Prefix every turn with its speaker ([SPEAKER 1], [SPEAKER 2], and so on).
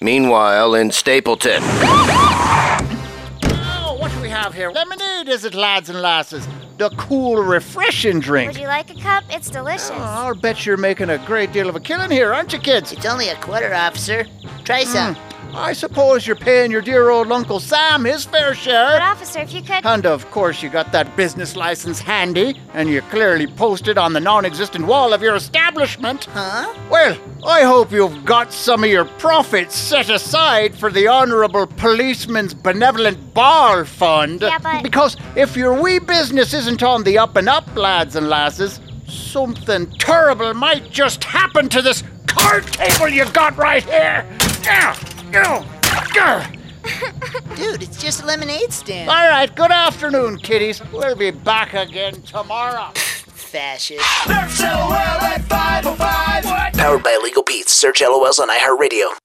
[SPEAKER 1] Meanwhile, in Stapleton.
[SPEAKER 2] Now, Oh, what do we have here? Lemonade, is it, lads and lasses? The cool, refreshing drink.
[SPEAKER 3] Would you like a cup? It's delicious.
[SPEAKER 2] Oh, I'll bet you're making a great deal of a killing here, aren't you, kids?
[SPEAKER 4] It's only a quarter, officer. Try some.
[SPEAKER 2] I suppose you're paying your dear old Uncle Sam his fair
[SPEAKER 3] But,
[SPEAKER 2] share.
[SPEAKER 3] officer, if you could.
[SPEAKER 2] And of course, you got that business license handy, and you're clearly posted on the non existent wall of your establishment.
[SPEAKER 4] Huh?
[SPEAKER 2] Well, I hope you've got some of your profits set aside for the Honorable Policeman's Benevolent Ball Fund.
[SPEAKER 3] Yeah, but-
[SPEAKER 2] Because if your wee business isn't on the up and up, lads and lasses, something terrible might just happen to this card table you got right here. Yeah, yeah, yeah.
[SPEAKER 4] Dude, it's just a lemonade stand.
[SPEAKER 2] All right, good afternoon, kiddies. We'll be back again tomorrow.
[SPEAKER 4] Fascist.
[SPEAKER 5] Powered by Legal Beats. Search LOLs on iHeartRadio.